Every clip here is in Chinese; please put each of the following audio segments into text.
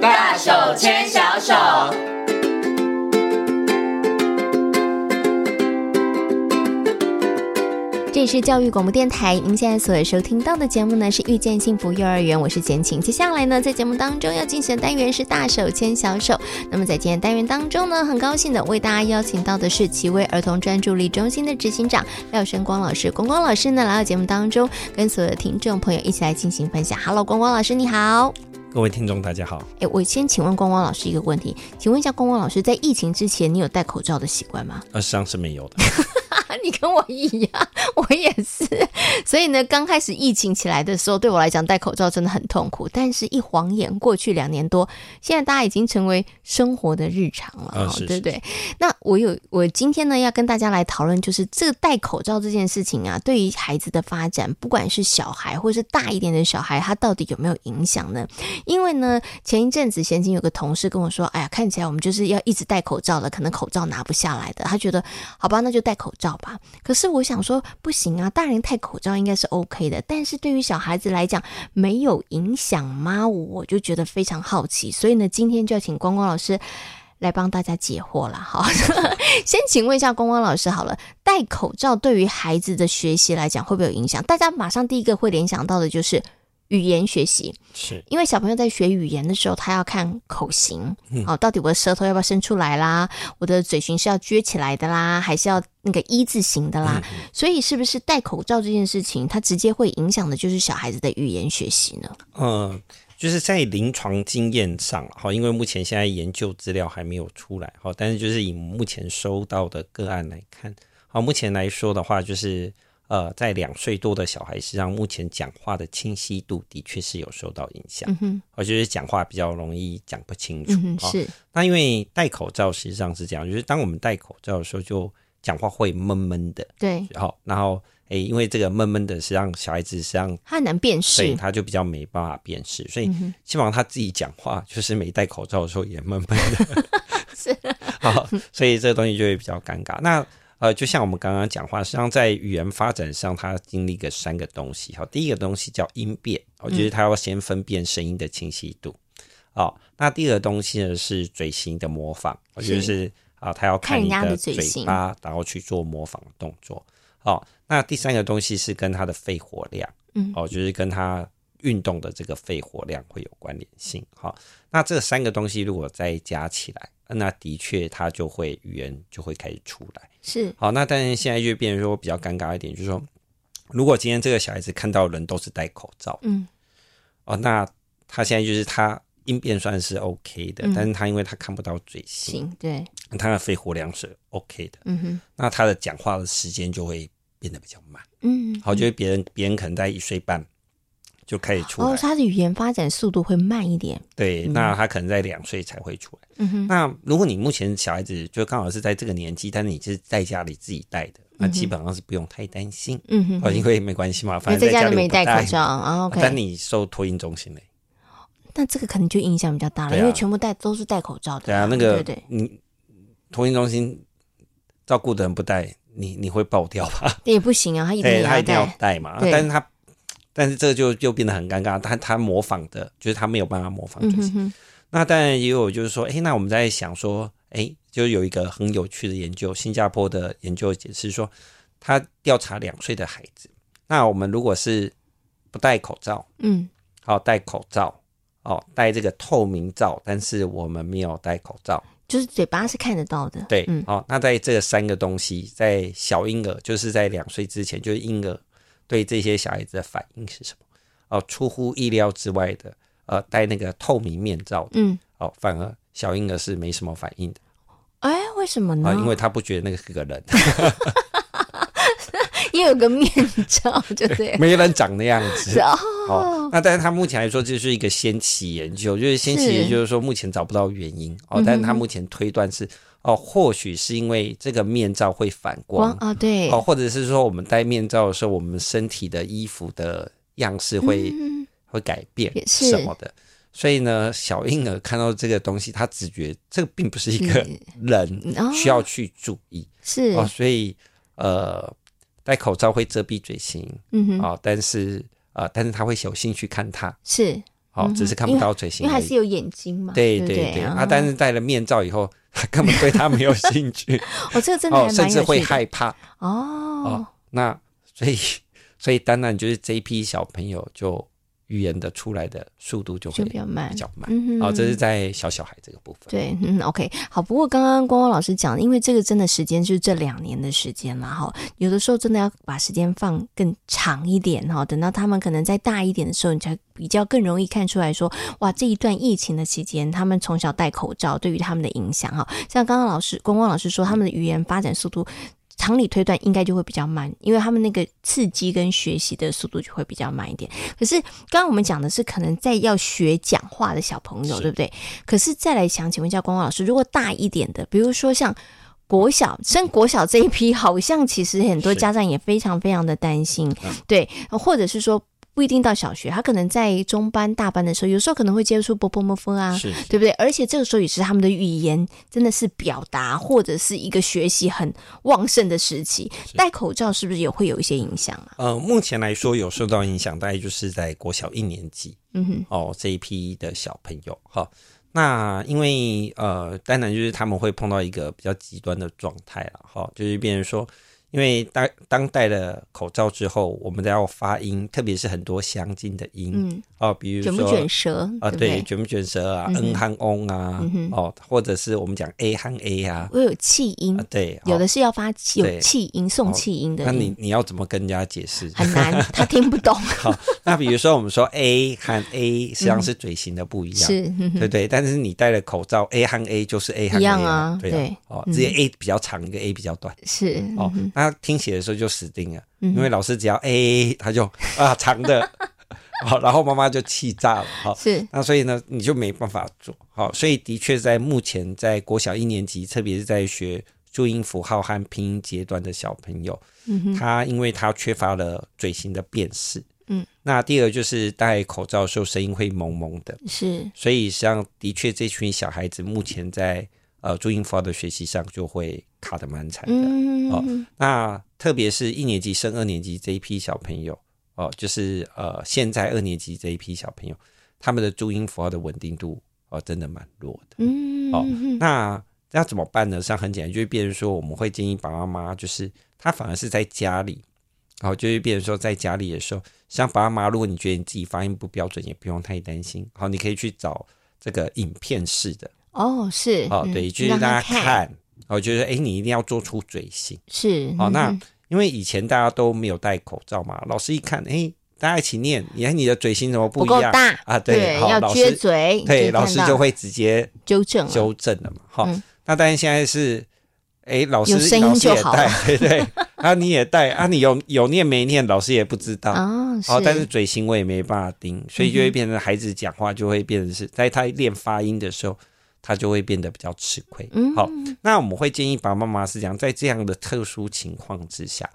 大手牵小手。这里是教育广播电台，您现在所收听到的节目呢是《遇见幸福幼儿园》，我是简晴。接下来呢，在节目当中要进行的单元是“大手牵小手”。那么在今天单元当中呢，很高兴的为大家邀请到的是奇威儿童专注力中心的执行长廖生光老师。光光老师呢来到节目当中，跟所有的听众朋友一起来进行分享。Hello，光光老师，你好。各位听众，大家好。哎，我先请问光光老师一个问题，请问一下光光老师，在疫情之前，你有戴口罩的习惯吗？呃，实际上是没 有的，你跟我一样，我也是。所以呢，刚开始疫情起来的时候，对我来讲戴口罩真的很痛苦。但是，一晃眼过去两年多，现在大家已经成为生活的日常了，哦啊是对不对？那我有，我今天呢要跟大家来讨论，就是这个戴口罩这件事情啊，对于孩子的发展，不管是小孩或是大一点的小孩，他到底有没有影响呢？因为呢，前一阵子贤琴有个同事跟我说，哎呀，看起来我们就是要一直戴口罩了，可能口罩拿不下来的。他觉得，好吧，那就戴口罩吧。可是我想说，不行啊，大人戴口罩应该是 OK 的，但是对于小孩子来讲，没有影响吗？我就觉得非常好奇，所以呢，今天就要请光光老师。来帮大家解惑啦。好， 先请问一下光光老师好了，戴口罩对于孩子的学习来讲会不会有影响？大家马上第一个会联想到的就是语言学习，是因为小朋友在学语言的时候，他要看口型，嗯哦，到底我的舌头要不要伸出来啦，我的嘴型是要撅起来的啦，还是要那个一字形的嗯啦？嗯所以是不是戴口罩这件事情，它直接会影响的就是小孩子的语言学习呢？呃，就是在临床经验上，好，因为目前现在研究资料还没有出来，好，但是就是以目前收到的个案来看，好，目前来说的话，就是呃，在两岁多的小孩实际上，目前讲话的清晰度的确是有受到影响，嗯哼，而就是讲话比较容易讲不清楚，嗯好哼，是，那因为戴口罩实际上是这样，就是当我们戴口罩的时候，就讲话会闷闷的，对，然后然后诶，因为这个闷闷的，实际上小孩子实际上他很难辨对，识，他就比较没办法辨识，所以嗯哼基本上他自己讲话，就是没戴口罩的时候也闷闷的， 是， 好，所以这个东西就会比较尴尬。那呃，就像我们刚刚讲话，实际上在语言发展上，它经历个三个东西，好，第一个东西叫音变，嗯哦，就是它要先分辨声音的清晰度，哦，那第二个东西呢是嘴型的模仿，哦是就是啊，他要看看人你家的的嘴型嘴巴，然后去做模仿的动作，哦，那第三个东西是跟他的肺活量。嗯哦，就是跟他运动的这个肺活量会有关联性。好、那这三个东西如果再加起来，那的确它就会语言就会开始出来。是，好，那当然现在就变成说比较尴尬一点，就是说，如果今天这个小孩子看到人都是戴口罩，嗯，哦，那他现在就是他。音变算是 OK 的嗯，但是他因为他看不到嘴型，行，对，他的肺活量是 OK 的，嗯哼，那他的讲话的时间就会变得比较慢。嗯，好，就是别人别人可能在一岁半就开始出来哦，，他的语言发展速度会慢一点，对，嗯那他可能在两岁才会出来。嗯哼，那如果你目前小孩子就刚好是在这个年纪，但是你是在家里自己带的，那基本上是不用太担心，嗯哼哦，，因为没关系嘛，因为反正在家家里没我不戴戴口罩啊啊 ，OK，但你受托婴中心嘞，那这个可能就影响比较大了，对啊因为全部戴都是戴口罩的对嘛，啊，那个对对。你托婴中心照顾的人不带，你你会爆掉吧？也不行啊，他一定也对， 他要一定要戴。带嘛，对但是他。但是这就就变得很尴尬，他他模仿的，就是他没有办法模仿嗯就是哼哼，那当然也有，就是说，诶，那我们在想说，诶，就有一个很有趣的研究，新加坡的研究解释说，他调查两岁的孩子，那我们如果是不戴口罩，嗯，好、戴口罩，哦，戴这个透明罩，但是我们没有戴口罩，就是嘴巴是看得到的。对，嗯，哦，那在这三个东西，在小婴儿，就是在两岁之前，就是婴儿对这些小孩子的反应是什么？哦，出乎意料之外的，呃，戴那个透明面罩的，嗯，哦，反而小婴儿是没什么反应的哎，为什么呢？啊、因为他不觉得那个是个人，也有个面罩，就对。 没人长那样子是。哦，哦，那但是他目前来说，这是一个先期研究，就是先期是嗯研究就是说目前找不到原因哦，但是他目前推断是哦，或许是因为这个面罩会反光光啊，对，哦，或者是说我们戴面罩的时候，我们身体的衣服的样式会、嗯会改变也是什么的。所以呢，小婴儿看到这个东西，他只觉这个并不是一个人哦需要去注意。是，哦，所以呃，戴口罩会遮蔽嘴型嗯哼，哦，但是呃，但是他会有兴趣看它是，好，只是看不到嗯嘴因型为而还是已。有眼睛嘛，对不对对，啊啊，但是戴了面罩以后，他根本对他没有兴趣，我这个 真的哦，还甚蛮至有会趣的害怕。哦哦，那所以，所以当然就是这一批小朋友就语言的出来的速度就就会比较慢比，较慢。嗯哼哦，这是在小小孩这个部分。对，嗯，OK，好。不过刚刚光光老师讲，因为这个真的时间就是这两年的时间啦，哈，有的时候真的要把时间放更长一点哈，等到他们可能再大一点的时候，你才比较更容易看出来说，哇，这一段疫情的期间，他们从小戴口罩对于他们的影响哈。像刚刚老师光光老师说，他们的语言发展速度。常理推断应该就会比较慢，因为他们那个刺激跟学习的速度就会比较慢一点。可是刚刚我们讲的是可能在要学讲话的小朋友，是对不对？可是再来想请问一下光光老师，如果大一点的，比如说像国小升国小这一批，好像其实很多是家长也非常非常的担心嗯，对，或者是说不一定到小学，他可能在中班、大班的时候，有时候可能会接触波波摩风啊。是对不对？而且这个时候也是他们的语言真的是表达或者是一个学习很旺盛的时期，戴口罩是不是也会有一些影响啊？呃，目前来说有受到影响，大概就是在国小一年级嗯哼，哦这一批的小朋友哈、那因为呃，当然就是他们会碰到一个比较极端的状态了哈、就是变成说，因为当当戴了口罩之后，我们都要发音，特别是很多相近的音、嗯，哦，比如卷说不卷舌啊，不对，对？卷不卷舌啊，嗯哼嗯和翁啊，嗯哼哦，或者是我们讲 a 和 a 啊，我有气音啊，，对，嗯有哦的是要发有对气音、送气音那的你音，你要怎么跟人家解释？很难，他听不懂。 那比如说我们说 A 和 A 实际上是嘴型的不一嗯样，是， 嗯对哼不对？但是你戴了口罩，A 和 A 就是 A 和 A 一样啊对对哦，嗯只有 A 比较长，一个 A 比较短。是，哦，那听写的时候就死定了，嗯因为老师只要 A，他就啊长的， 好，然后妈妈就气炸了，哦好、是，那所以呢，你就没办法做好，所以的确在目前在国小一年级，特别是在学注音符号和拼音阶段的小朋友，嗯哼，他因为他缺乏了嘴型的辨识，嗯，那第二就是戴口罩的时候声音会萌萌的，是，所以实际上的确这群小孩子目前在呃注音符号的学习上就会卡得蛮惨的。嗯，哦那特别是一年级升二年级这一批小朋友哦、就是呃现在二年级这一批小朋友，他们的注音符号的稳定度哦、真的蛮弱的。嗯，哦嗯那那怎么办呢？实际上很简单，就是变成说我们会建议爸爸妈妈，就是他反而是在家里，然、后就是变成说在家里的时候，像爸爸妈妈，如果你觉得你自己发音不标准，也不用太担心，好，你可以去找这个影片式的，哦，是，哦，嗯对，就是让大他家看，哦，就是哎，你一定要做出嘴型，是，哦，嗯那哼因为以前大家都没有戴口罩嘛，老师一看，哎，大家一起念，你看你的嘴型怎么不不够一样大啊？对，好，要老撅师嘴，对，老看师到就会直接纠正了，纠正了嘛，哈、嗯那当然现在是，哎，老师有声音老师也就好带，对 对，啊，你也带啊，你有有念没念，老师也不知道。啊，嗯哦，但是嘴型我也没办法盯，所以就会变成孩子讲话就会变成是在他练发音的时候，他就会变得比较吃亏。嗯好，那我们会建议爸爸妈妈是讲，在这样的特殊情况之下，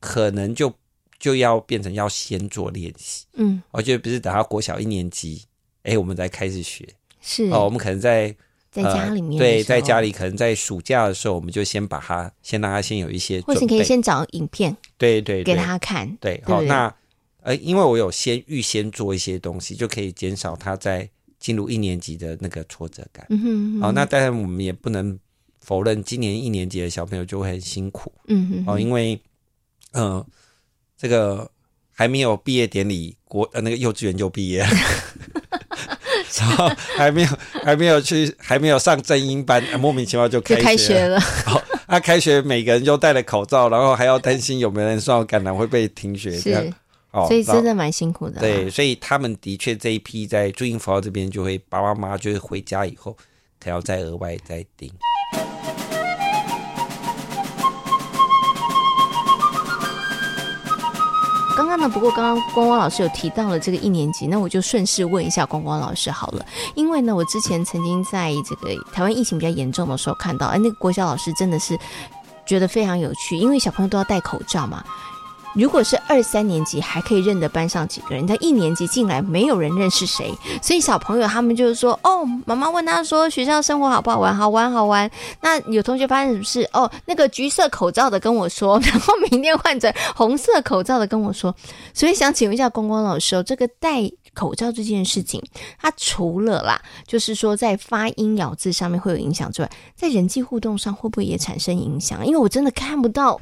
可能就就要变成要先做练习，哦嗯我觉得不是等到国小一年级，哎，我们再开始学是哦，我们可能在在家里面呃，的对，时候在家里可能在暑假的时候，我们就先把它，先让它先有一些或准是你可备，以先找影片对对给对，他看，对，不好，对那呃，因为我有先预先做一些东西，就可以减少他在进入一年级的那个挫折感。嗯哼，好、那当然我们也不能否认，今年一年级的小朋友就会很辛苦嗯哼，嗯哦、哼因为呃，这个还没有毕业典礼，国呃那个幼稚园就 毕业了。然后还没有还没有去还没有上正音班，呃莫名其妙就就开开学学了。了，好，那开学每个人就戴了口罩，然后还要担心有没有人受到感染会被停学这样是。，哦，所以真然后的蛮辛苦的，对，，所以他们的确这一批在注音符号这边就会爸爸妈妈就会回家以后，可要再额外再盯。刚刚呢，不过刚刚光光老师有提到了这个一年级，那我就顺势问一下光光老师好了，因为呢，我之前曾经在这个台湾疫情比较严重的时候看到，哎，那个国小老师真的是觉得非常有趣，因为小朋友都要戴口罩嘛。如果是二三年级还可以认得班上几个人，但一年级进来没有人认识谁，所以小朋友他们就是说，哦，妈妈问他说学校生活好不好玩，好玩好玩。那有同学发现什么事？哦，那个橘色口罩的跟我说， 然后明天换成红色口罩的跟我说，所以想请问一下光光老师哦，这个戴口罩这件事情，它除了啦，就是说在发音咬字上面会有影响之外，在人际互动上会不会也产生影响？因为我真的看不到，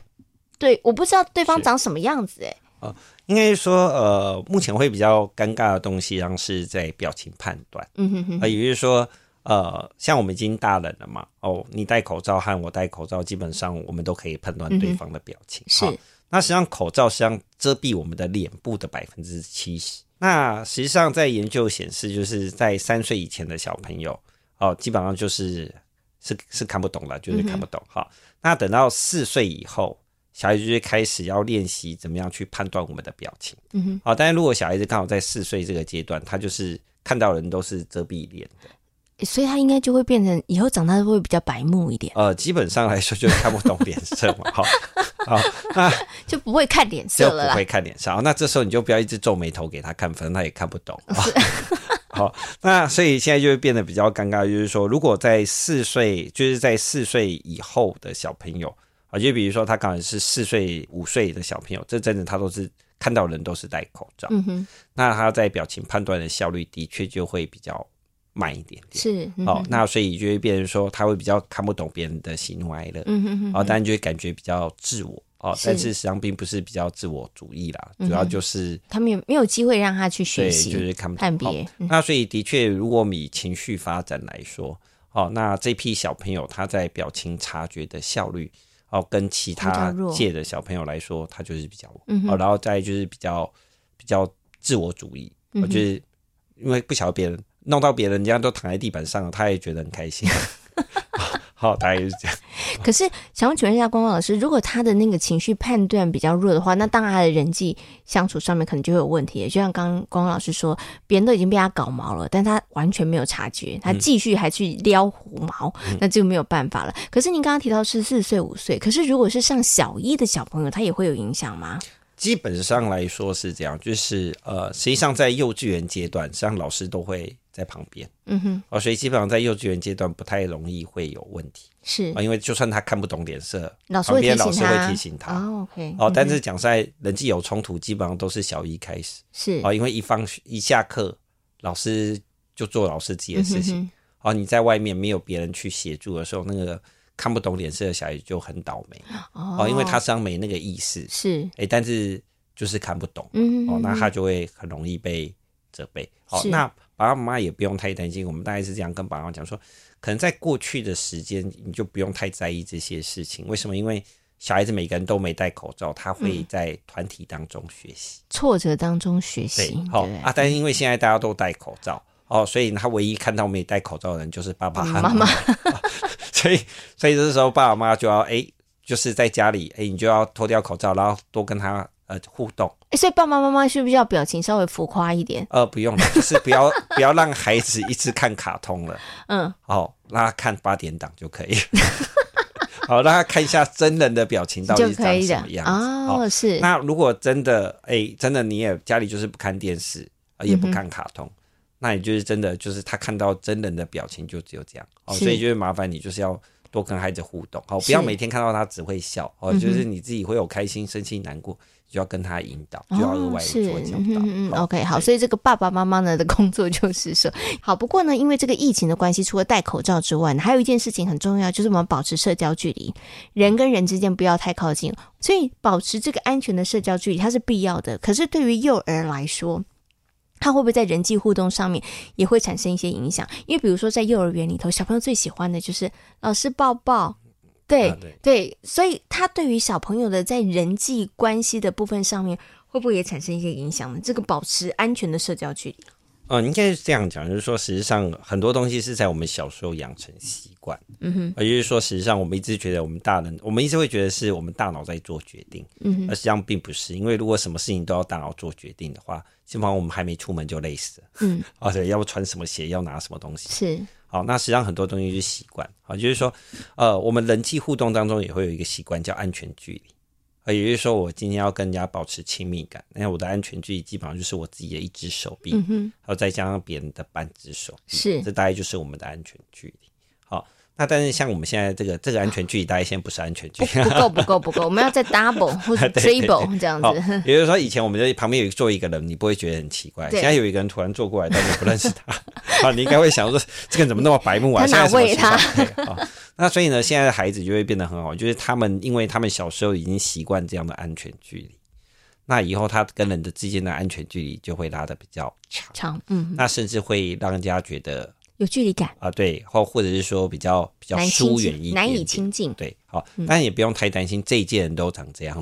对，我不知道对方是长什么样子、哎，应该说，呃，目前会比较尴尬的东西，上是在表情判断，嗯哼哼，呃，也就是说，呃，像我们已经大人了嘛，哦，你戴口罩和我戴口罩，基本上我们都可以判断对方的表情。嗯是好那实际上口罩实际上遮蔽我们的脸部的百分之七十。那实际上在研究显示，就是在三岁以前的小朋友，哦，基本上就是是是看不懂了，就是看不懂。好，那等到四岁以后，小孩子就会开始要练习怎么样去判断我们的表情。嗯哼，好，但是如果小孩子刚好在四岁这个阶段，他就是看到人都是遮蔽脸的，所以他应该就会变成以后长大会比较白目一点，呃，基本上来说就是看不懂脸色嘛。好，好，那就不会看脸就色了不啦会。看脸上。哦那这时候你就不要一直皱眉头给他看，反正他也看不 懂。 好，那所以现在就会变得比较尴尬，就是说，如果在四岁，就是在四岁以后的小朋友啊，就比如说他刚好是四岁、五岁的小朋友，这真的他都是看到人都是戴口罩，嗯哼，那他在表情判断的效率的确就会比较慢一点点。是，嗯哦哼，那所以就会变成说，他会比较看不懂别人的喜怒哀乐，嗯哼哼，哦，当然就会感觉比较自我哦，是但是实际上并不是比较自我主义啦，主要就是他们也没有机会让他去学对，习，就是看不判懂别哦那所以的确，如果我们以情绪发展来说，哦，那这批小朋友他在表情察觉的效率哦，跟其比较他弱界的小朋友来说，他就是比较弱嗯哼哦，然后再就是比较比较自我主义，我、嗯哼就是因为不晓得别人弄到别人，人家都躺在地板上了，他也觉得很 开心。 哦好，大概就是这样。可是，想要请问一下光光老师，如果他的那个情绪判断比较弱的话，那当然他的人际相处上面可能就会有问题了。就像刚刚光光老师说，别人都已经被他搞毛了，但他完全没有察觉，嗯他继续还去撩胡毛，那就没有办法了。可是您刚刚提到是四岁、五岁，可是如果是上小一的小朋友，他也会有影响吗？基本上来说是这样，就是呃，实际上在幼稚园阶段，实际上老师都会在旁边嗯哼，哦，所以基本上在幼稚园阶段不太容易会有问题是啊、因为就算他看不懂脸色，嗯老师旁会提边醒他，老师会提醒他。哦，OK，哦，但嗯是讲实在人际有冲突，基本上都是小一开始是哦，因为一放学一下课，老师就做老师自己的事嗯情。哼哦，你在外面没有别人去协助的时候，那个看不懂脸色的小孩就很倒霉哼哦，因为他实际上没那个意识，是哎，但是就是看不懂。嗯哦，那他就会很容易被责备。哦，是那爸爸妈妈也不用太担心，我们大概是这样跟爸爸妈妈讲说，可能在过去的时间，你就不用太在意这些事情。为什么？因为小孩子每个人都没戴口罩，他会在团体当中学习。挫折当中学习，对对，好、不对啊，但是因为现在大家都戴口罩。哦，所以他唯一看到没戴口罩的人就是爸爸和妈妈， 所以所以这时候爸爸妈妈就要哎、就是在家里哎、你就要脱掉口罩，然后多跟他呃互动，欸所以爸爸妈妈是不是要表情稍微浮夸一点？呃，不用了， 就是不要不要让孩子一直看卡通了，嗯，哦，让他看八点档就可以 了。好，让他看一下真人的表情到底就是可长以什的么样子。哦，哦，是那如果真的，哎、真的你也家里就是不看电视，呃也不嗯哼看卡通，那你就是真的就是他看到真人的表情就只有这样哦，是所以就是麻烦你就是要多跟孩子互动，好、哦，不要是每天看到他只会笑哦，嗯哼就是你自己会有开心、生气、难过，就要跟他引导，就要额哦外是做教嗯导。嗯嗯哦，OK，好，对所以这个爸爸妈妈呢的工作就是说， 好，不过呢，因为这个疫情的关系，除了戴口罩之外呢，还有一件事情很重要，就是我们保持社交距离，人跟人之间不要太靠近，所以保持这个安全的社交距离它是必要的。可是对于幼儿来说，他会不会在人际互动上面也会产生一些影响？因为比如说在幼儿园里头，小朋友最喜欢的就是老师抱抱，对、啊对对，所以他对于小朋友的在人际关系的部分上面，会不会也产生一些影响呢？这个保持安全的社交距离，呃，应该是这样讲，就是说，实际上很多东西是在我们小时候养成习惯，嗯哼，也就是说，实际上我们一直觉得我们大人，我们一直会觉得是我们大脑在做决定，嗯哼，而实际上并不是，因为如果什么事情都要大脑做决定的话，基本上我们还没出门就累死了， 嗯，而且要穿什么鞋，要拿什么东西，是好，那实际上很多东西是习惯，好，就是说，呃，我们人际互动当中也会有一个习惯叫安全距离，呃，也就是说，我今天要跟人家保持亲密感，那我的安全距离基本上就是我自己的一只手臂，嗯哼还有再加上别人的半只手臂，是这大概就是我们的安全距离。好，那但是像我们现在这个这个安全距离，大概现在不是安全距不离。不够不够不够，我们要再 double 或者对对对 triple 这样好子。，也就是说，以前我们就旁边有一坐一个人，你不会觉得很奇怪。对现在有一个人突然坐过来，但是不认识他， 啊，你应该会想说，这个人怎么那么白目啊？他哪现在位什么情况对啊、那所以呢，现在的孩子就会变得很好，就是他们因为他们小时候已经习惯这样的安全距离，那以后他跟人的之间的安全距离就会拉的比较长， 长，嗯，那甚至会让人家觉得有距离感，啊、对，或或者是说比较比较难亲疏远一近，点难以点亲嗯近。对，好、但也不用太担心这一届人都长这样。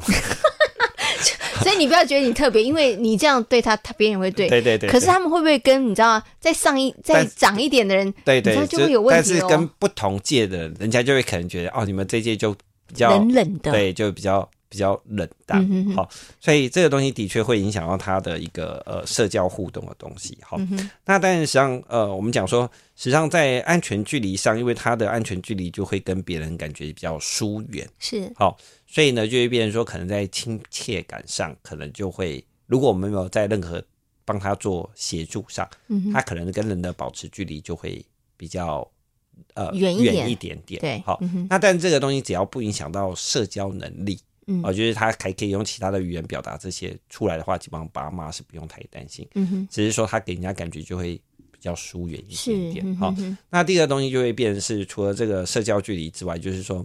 所以你不要觉得你特别，因为你这样对他，他别人会对。 对对对可是他们会不会跟你知道，再上一再但是长一点的人，对对，你知道就会有问题但是跟哦，不同届的人，人家就会可能觉得哦，你们这届就比较冷冷的。对，就比较比较冷淡。嗯好、哼哼所以这个东西的确会影响到他的一个呃社交互动的东西。好、嗯哼，那但是实际上呃，我们讲说，实际上在安全距离上，因为他的安全距离就会跟别人感觉比较疏远。是好、所以呢，就会变成说，可能在亲切感上，可能就会，如果我们没有在任何帮他做协助上，嗯哼他可能跟人的保持距离就会比较呃远一点远一点点。对，好、嗯哼那但这个东西只要不影响到社交能力，嗯我、就是他还可以用其他的语言表达这些出来的话，基本上爸妈是不用太担心，嗯哼，只是说他给人家感觉就会比较疏远一是点点。嗯好、哼哼那第二个东西就会变成是，除了这个社交距离之外，就是说，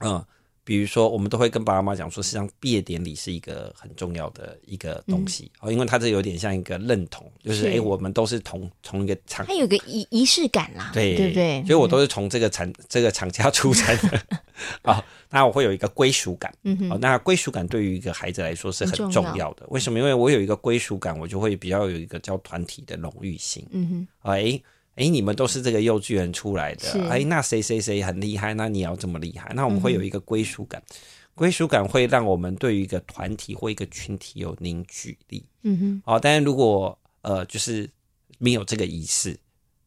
嗯，比如说我们都会跟爸爸妈妈讲说，实际上毕业典礼是一个很重要的一个东西、哦，因为它这有点像一个认同，就是嗯是哎、诶我们都是同同一个厂他。有个仪仪式感啦，对对不对？所以我都是从这个厂这个厂家出产 的哦，那我会有一个归属感。嗯哼哦，那归属感对于一个孩子来说是很很重重要要的。为什么？因为我有一个归属感，我就会比较有一个叫团体的荣誉心。嗯哼，啊，哎哎，你们都是这个幼稚园出来是的，哎，那谁谁谁很厉害，那你也要这么厉害，那我们嗯会有一个归属感，归属感会让我们对于一个团体或一个群体有凝聚力。嗯哼，哦，但是如果呃，就是没有这个仪式，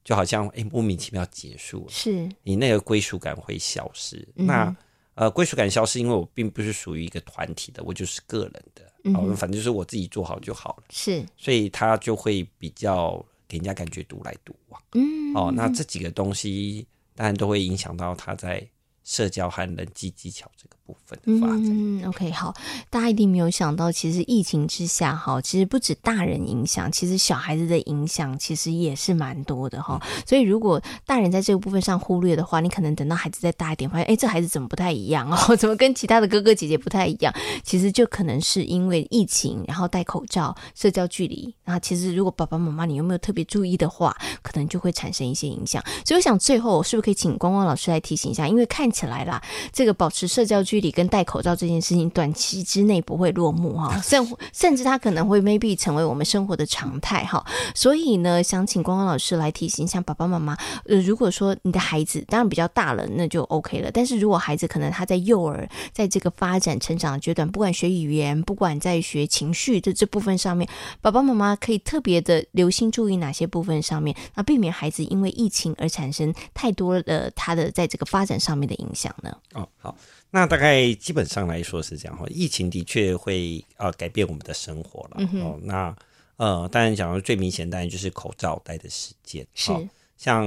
就好像哎莫名其妙结束了，是你那个归属感会消失。嗯那呃，归属感消失，因为我并不是属于一个团体的，我就是个人的，嗯哦哼，反正就是我自己做好就好了，是，所以他就会比较给人家感觉独来独往。嗯，哦，那这几个东西当然都会影响到他在社交和人际技巧这个部分的发展。嗯，OK，好，大家一定没有想到，其实疫情之下，哈，其实不止大人影响，其实小孩子的影响其实也是蛮多的哈。所以如果大人在这个部分上忽略的话，你可能等到孩子再大一点，发现，哎，这孩子怎么不太一样哦？怎么跟其他的哥哥姐姐不太一样？其实就可能是因为疫情，然后戴口罩、社交距离，然后其实如果爸爸妈妈你有没有特别注意的话，可能就会产生一些影响。所以我想最后是不是可以请光光老师来提醒一下？因为看起来啦，这个保持社交距离跟戴口罩这件事情，短期之内不会落幕哈，甚甚至它可能会 maybe 成为我们生活的常态哈。所以呢，想请光光老师来提醒一下爸爸妈妈，呃，如果说你的孩子当然比较大了，那就 OK 了。但是如果孩子可能他在幼儿在这个发展成长的阶段，不管学语言，不管在学情绪的这部分上面，爸爸妈妈可以特别的留心注意哪些部分上面，那避免孩子因为疫情而产生太多的他的在这个发展上面的影响呢？哦，好，那大概基本上来说是这样哈。疫情的确会呃改变我们的生活了、嗯哦。那呃，当然讲到最明显，当然就是口罩戴的时间。是哦、像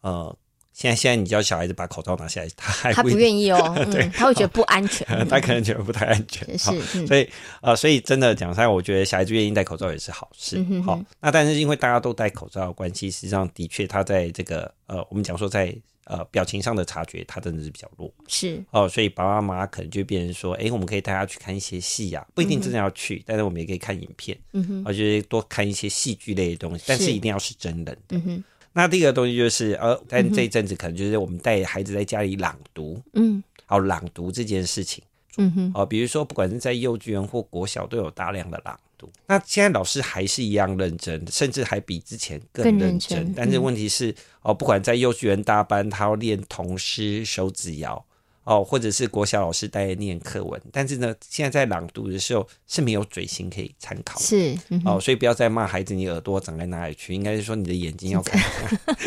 呃，现在现在你叫小孩子把口罩拿下来，他还他不不愿意，愿意哦，嗯，他会觉得不安全， 他可能觉得不太安全。也是好，嗯所以呃，所以真的讲实在，我觉得小孩子愿意戴口罩也是好事嗯。哼好、哼那但是因为大家都戴口罩的关系，实际上的确他在这个呃，我们讲说在呃表情上的察觉，他真的是比较弱是哦。所以爸爸妈妈可能就变成说，诶，我们可以带他去看一些戏呀、不一定真的要去，但是我们也可以看影片，嗯哼，我觉得多看一些戏剧类的东西，但是是一定要是真人的。嗯哼，那第一个东西就是呃，但这一阵子可能就是我们带孩子在家里朗读，嗯哦，朗读这件事情。嗯哼，哦，比如说不管是在幼稚园或国小都有大量的朗读，那现在老师还是一样认真，甚至还比之前更更认认真。真但是嗯问题是，哦，不管在幼稚园大班，他要练童诗、手指谣。哦，或者是国小老师带念课文，但是呢，现在在朗读的时候是没有嘴型可以参考的是，嗯哼哦，所以不要再骂孩子你耳朵长在哪里去，应该是说你的眼睛要看。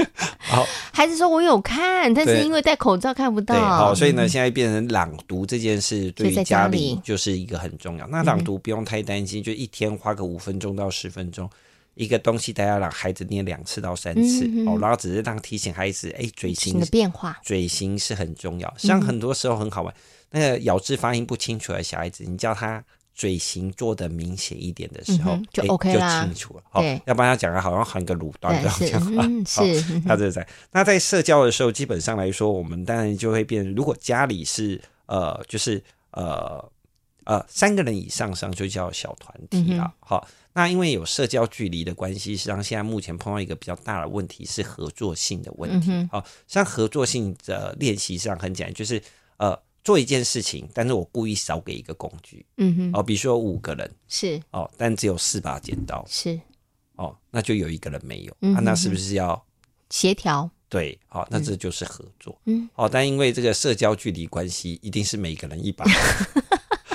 好，孩子说我有看，但是对因为戴口罩看不对，好、到，哦，所以呢，嗯，现在变成朗读这件事，对在家于家里嗯里就是一个很重要。那朗读不用太担心，就一天花个五分钟到十分钟。一个东西大家让孩子念两次到三次，嗯嗯嗯哦，然后只是让提醒孩子，哎，嘴你型的变嗯 化，嘴型是很重要。像很多时候很好玩，那个咬字发音不清楚的小孩子，你叫他嘴型做的明显一点的时候，嗯哼就诶 OK 啦就清楚了。哦对，要不然他讲的好像含个卤蛋对，这是，样讲话。嗯，哦是，嗯他这在那在社交的时候，基本上来说，我们当然就会变。如果家里是呃，就是呃呃三个人以上，上就叫小团体嗯哼啦。好、那因为有社交距离的关系，实际上现在目前碰到一个比较大的问题是合作性的问嗯题。哼，好、像合作性的练习上很简单，就是呃做一件事情，但是我故意少给一个工具嗯哼，哦、比如说五个人是哦，但只有四把剪刀是哦，那就有一个人没有，嗯啊、那哼是不哼是要？协调，对，好、那这就是合作。嗯，哦，但因为这个社交距离关系，一定是每个人 一把。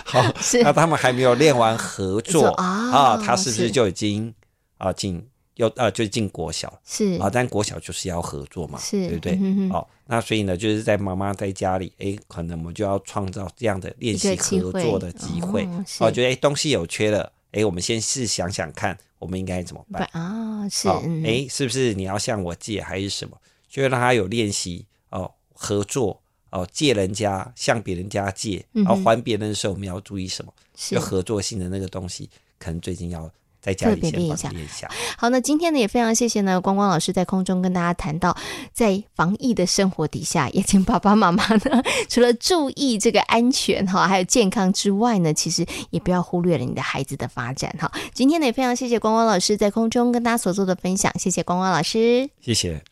好，是那他们还没有练完合作合作啊他是不是是就已经啊进又啊就进国小了是啊？但国小就是要合作嘛，是对不对嗯？哼哼哦，那所以呢，就是在妈妈在家里，诶，可能我们就要创造这样的练习一个机合会作的机会。哦是觉得诶东西有缺了，诶，我们先试想想看，我们应该怎么办？啊，是，哦嗯，诶，是不是你要向我借还是什么？就会让他有练习哦，合作哦，借人家向别人家借，嗯然后哼还别人的时候我们要注意什么？是就合作性的那个东西，可能最近要在家特里别先练一帮下他练一下。好，那今天呢也非常谢谢呢，光光老师在空中跟大家谈到，在防疫的生活底下，也请爸爸妈妈呢，除了注意这个安全哈，还有健康之外呢，其实也不要忽略了你的孩子的发展哈。今天呢也非常谢谢光光老师在空中跟大家所做的分享，谢谢光光老师。谢谢。